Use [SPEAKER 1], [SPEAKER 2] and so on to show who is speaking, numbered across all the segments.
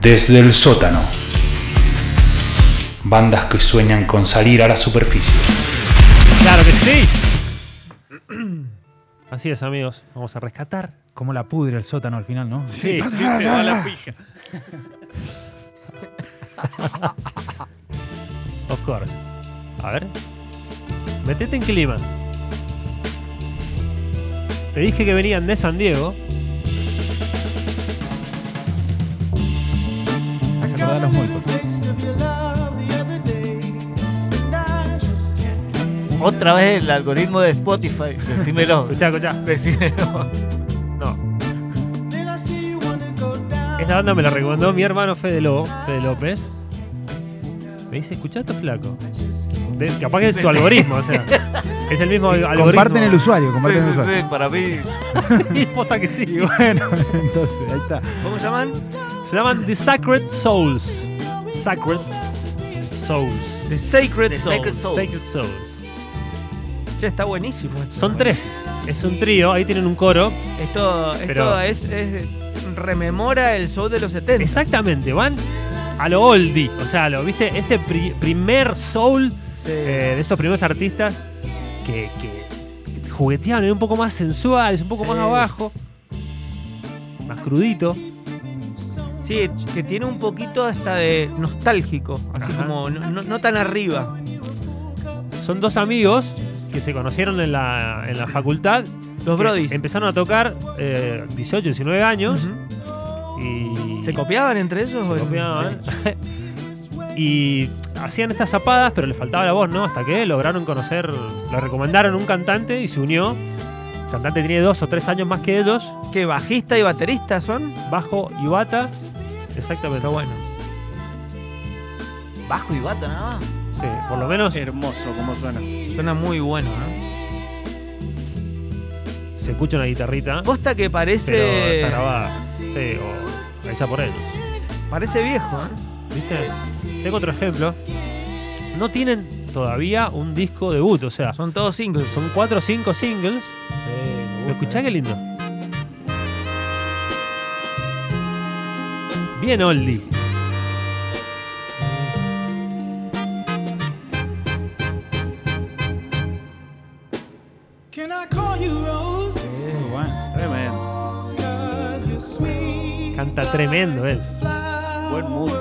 [SPEAKER 1] Desde el sótano. Bandas que sueñan con salir a la superficie.
[SPEAKER 2] Claro que sí. Así es, amigos. Vamos a rescatar.
[SPEAKER 3] Como la pudre el sótano al final, ¿no?
[SPEAKER 2] Sí, sí, se va la pija. Of course. A ver. Metete en clima. Te dije que venían de San Diego.
[SPEAKER 3] Se acordaron los Molcov.
[SPEAKER 4] Otra vez el algoritmo de Spotify. Decímelo.
[SPEAKER 2] Escuchá, escuchá.
[SPEAKER 4] Decímelo.
[SPEAKER 2] No. Esta banda me la recomendó mi hermano Fede Lobo, Fede López. Me dice, escuchaste flaco. De- capaz que es su algoritmo, o sea. Es el mismo algoritmo.
[SPEAKER 3] Comparten el usuario,
[SPEAKER 4] Sí,
[SPEAKER 3] comparten el
[SPEAKER 4] sí,
[SPEAKER 3] usuario.
[SPEAKER 4] sí, para mí.
[SPEAKER 2] Sí, posta que sí.
[SPEAKER 3] Y bueno, entonces, ahí está.
[SPEAKER 2] ¿Cómo se llaman? Se llaman The Sacred Souls. Sacred Souls.
[SPEAKER 4] The Sacred Soul.
[SPEAKER 2] Sacred Souls.
[SPEAKER 4] Che, está buenísimo. esto.
[SPEAKER 2] Son tres. Es un trío, ahí tienen un coro.
[SPEAKER 4] Esto, esto
[SPEAKER 2] Pero-
[SPEAKER 4] es, es- rememora el show de los 70.
[SPEAKER 2] Exactamente, van a lo oldie. O sea, a lo, ¿viste? Ese pri- primer soul
[SPEAKER 4] Sí.
[SPEAKER 2] eh, de esos primeros artistas que, que jugueteaban, era un poco más sensuales, un poco
[SPEAKER 4] Sí.
[SPEAKER 2] más abajo, más crudito.
[SPEAKER 4] Sí, que tiene un poquito hasta de nostálgico, así
[SPEAKER 2] Ajá.
[SPEAKER 4] como no, no- no tan arriba.
[SPEAKER 2] Son dos amigos que se conocieron en la, en la facultad.
[SPEAKER 4] Los
[SPEAKER 2] que
[SPEAKER 4] Brodis.
[SPEAKER 2] Empezaron a tocar eh, 18, 19 años
[SPEAKER 4] Ujú.
[SPEAKER 2] y
[SPEAKER 4] ¿Se copiaban entre ellos? o
[SPEAKER 2] se
[SPEAKER 4] en-
[SPEAKER 2] copiaban.
[SPEAKER 4] Sí.
[SPEAKER 2] y hacían estas zapadas, pero les faltaba la voz, ¿no? Hasta que lograron conocer, lo recomendaron un cantante y se unió. El cantante tiene dos o tres años más que ellos,
[SPEAKER 4] Que bajista y baterista son.
[SPEAKER 2] bajo y bata. Exactamente.
[SPEAKER 4] Está bueno. Bajo y bata nada más.
[SPEAKER 2] Sí, por lo menos
[SPEAKER 5] Hermoso como suena.
[SPEAKER 4] Suena muy bueno, ¿eh?
[SPEAKER 2] se escucha una guitarrita,
[SPEAKER 4] Posta que
[SPEAKER 2] pero
[SPEAKER 4] parece.
[SPEAKER 2] está grabada. Sí, o hecha por ellos.
[SPEAKER 4] Parece viejo, ¿eh?
[SPEAKER 2] ¿Viste? Tengo otro ejemplo. No tienen todavía un disco debut, o sea, son,
[SPEAKER 4] Son todos singles.
[SPEAKER 2] son cuatro o cinco singles. ¿Lo escuchás?
[SPEAKER 4] eh.
[SPEAKER 2] Qué lindo. Bien oldie.
[SPEAKER 4] Eh,
[SPEAKER 3] Muy bueno.
[SPEAKER 5] Tremendo.
[SPEAKER 2] Canta tremendo él.
[SPEAKER 5] Buen mood.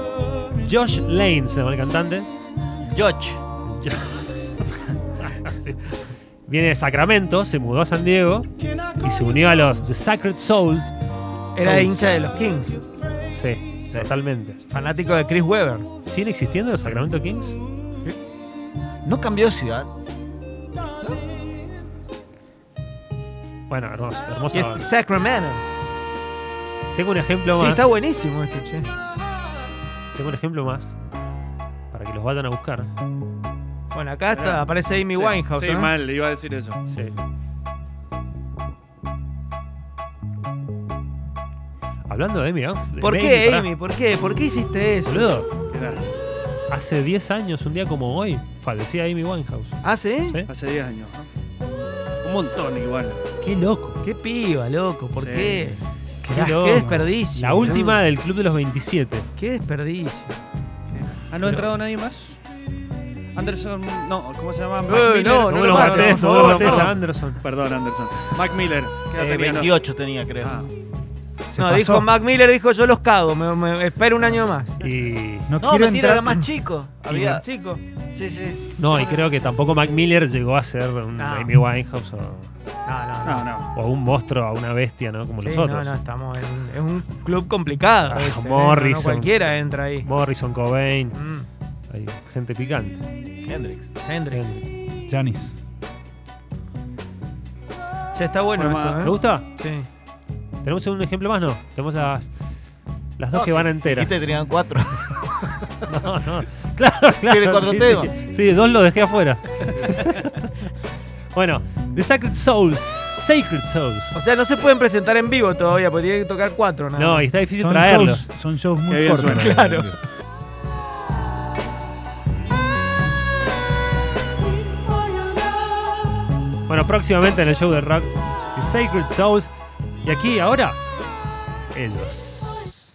[SPEAKER 2] Josh Lane se llama el cantante.
[SPEAKER 4] George.
[SPEAKER 2] Ah, Sí. Viene de Sacramento, se mudó a San Diego y se unió a los The Sacred Soul.
[SPEAKER 4] Era
[SPEAKER 2] Souls.
[SPEAKER 4] hincha de los Kings.
[SPEAKER 2] Sí, totalmente.
[SPEAKER 4] Fanático de Chris Webber.
[SPEAKER 2] ¿Siguen existiendo los Sacramento Kings?
[SPEAKER 4] No cambió de ciudad.
[SPEAKER 2] Bueno, hermoso. hermosa
[SPEAKER 4] Y es
[SPEAKER 2] banda.
[SPEAKER 4] Sacramento.
[SPEAKER 2] Tengo un ejemplo
[SPEAKER 4] Sí,
[SPEAKER 2] más.
[SPEAKER 4] está buenísimo este, che.
[SPEAKER 2] Tengo un ejemplo más para que los vayan a buscar.
[SPEAKER 4] Bueno, acá está, aparece Amy
[SPEAKER 5] Sí,
[SPEAKER 4] Winehouse.
[SPEAKER 5] Sí,
[SPEAKER 4] ¿no?
[SPEAKER 5] mal, iba a decir eso.
[SPEAKER 2] Sí. Hablando de Amy, ¿no? De
[SPEAKER 4] ¿Por
[SPEAKER 2] Amy,
[SPEAKER 4] qué,
[SPEAKER 2] pará.
[SPEAKER 4] Amy? ¿Por qué? ¿Por qué hiciste eso?
[SPEAKER 2] Boludo,
[SPEAKER 5] Mirá,
[SPEAKER 2] hace 10 años, un día como hoy, fallecía Amy Winehouse.
[SPEAKER 4] ¿Ah, sí?
[SPEAKER 2] Sí.
[SPEAKER 5] hace 10 años. ¿no? Un montón igual. Ah,
[SPEAKER 2] Qué loco.
[SPEAKER 4] Qué piba, loco. ¿Por
[SPEAKER 5] Sí.
[SPEAKER 4] qué?
[SPEAKER 2] Qué
[SPEAKER 4] Mirá,
[SPEAKER 2] loco.
[SPEAKER 4] qué desperdicio.
[SPEAKER 2] La última
[SPEAKER 4] boludo.
[SPEAKER 2] del Club de los 27.
[SPEAKER 4] Qué desperdicio.
[SPEAKER 5] ¿Ah, no ha entrado nadie más? Anderson, no, ¿cómo se llama? Mac
[SPEAKER 4] Eh,
[SPEAKER 5] Miller.
[SPEAKER 4] no,
[SPEAKER 2] No,
[SPEAKER 4] no
[SPEAKER 2] me
[SPEAKER 4] lo
[SPEAKER 2] lo
[SPEAKER 4] mates,
[SPEAKER 2] mates,
[SPEAKER 4] por
[SPEAKER 2] no me lo
[SPEAKER 4] favor,
[SPEAKER 2] mates
[SPEAKER 4] no.
[SPEAKER 2] a Anderson.
[SPEAKER 5] Perdón, Anderson. Mac Miller, ¿qué edad
[SPEAKER 4] Eh,
[SPEAKER 5] tenía? No.
[SPEAKER 4] 28 tenía, creo.
[SPEAKER 5] Ah,
[SPEAKER 3] Se
[SPEAKER 4] no,
[SPEAKER 3] pasó.
[SPEAKER 4] dijo Mac Miller, dijo yo los cago, me, me- espero un año más.
[SPEAKER 2] Y.
[SPEAKER 3] No, quiero entrar...
[SPEAKER 4] chico.
[SPEAKER 2] había-
[SPEAKER 4] chico. Sí, sí.
[SPEAKER 2] No, y creo que tampoco Mac Miller llegó a ser un
[SPEAKER 4] No.
[SPEAKER 2] Amy Winehouse o,
[SPEAKER 4] No, no,
[SPEAKER 5] no,
[SPEAKER 4] no.
[SPEAKER 5] no.
[SPEAKER 2] o un monstruo o una bestia, ¿no? Como
[SPEAKER 4] Sí,
[SPEAKER 2] los
[SPEAKER 4] no,
[SPEAKER 2] otros.
[SPEAKER 4] no, estamos en un, es un club complicado.
[SPEAKER 2] Ah,
[SPEAKER 4] ese, ¿eh? No-
[SPEAKER 2] Morrison.
[SPEAKER 4] No cualquiera entra ahí.
[SPEAKER 2] Morrison, Cobain,
[SPEAKER 4] Mm,
[SPEAKER 2] hay gente picante.
[SPEAKER 4] Hendrix. Hendrix.
[SPEAKER 2] ¿Me
[SPEAKER 3] Janis.
[SPEAKER 4] Che, está bueno
[SPEAKER 5] Bueno,
[SPEAKER 4] esto,
[SPEAKER 5] ma-
[SPEAKER 4] ¿eh?
[SPEAKER 2] gusta?
[SPEAKER 4] Sí.
[SPEAKER 2] ¿Tenemos un ejemplo más? No. Tenemos las, las dos que van enteras.
[SPEAKER 4] tenían cuatro.
[SPEAKER 2] No, no. Claro, claro.
[SPEAKER 4] Tiene cuatro
[SPEAKER 2] sí,
[SPEAKER 4] temas.
[SPEAKER 2] Sí, Sí, dos lo dejé afuera. bueno, The Sacred Souls. Sacred Souls.
[SPEAKER 4] O sea, no se pueden presentar en vivo todavía, porque tienen que tocar cuatro, nada
[SPEAKER 2] No,
[SPEAKER 4] más.
[SPEAKER 2] y está difícil
[SPEAKER 3] Son
[SPEAKER 2] traerlos.
[SPEAKER 3] shows, son shows
[SPEAKER 5] Qué
[SPEAKER 3] muy
[SPEAKER 5] bien
[SPEAKER 3] cortos.
[SPEAKER 5] suena.
[SPEAKER 4] Claro.
[SPEAKER 2] Bueno, próximamente en el show de rock, The Sacred Souls. Y aquí, ahora, ellos.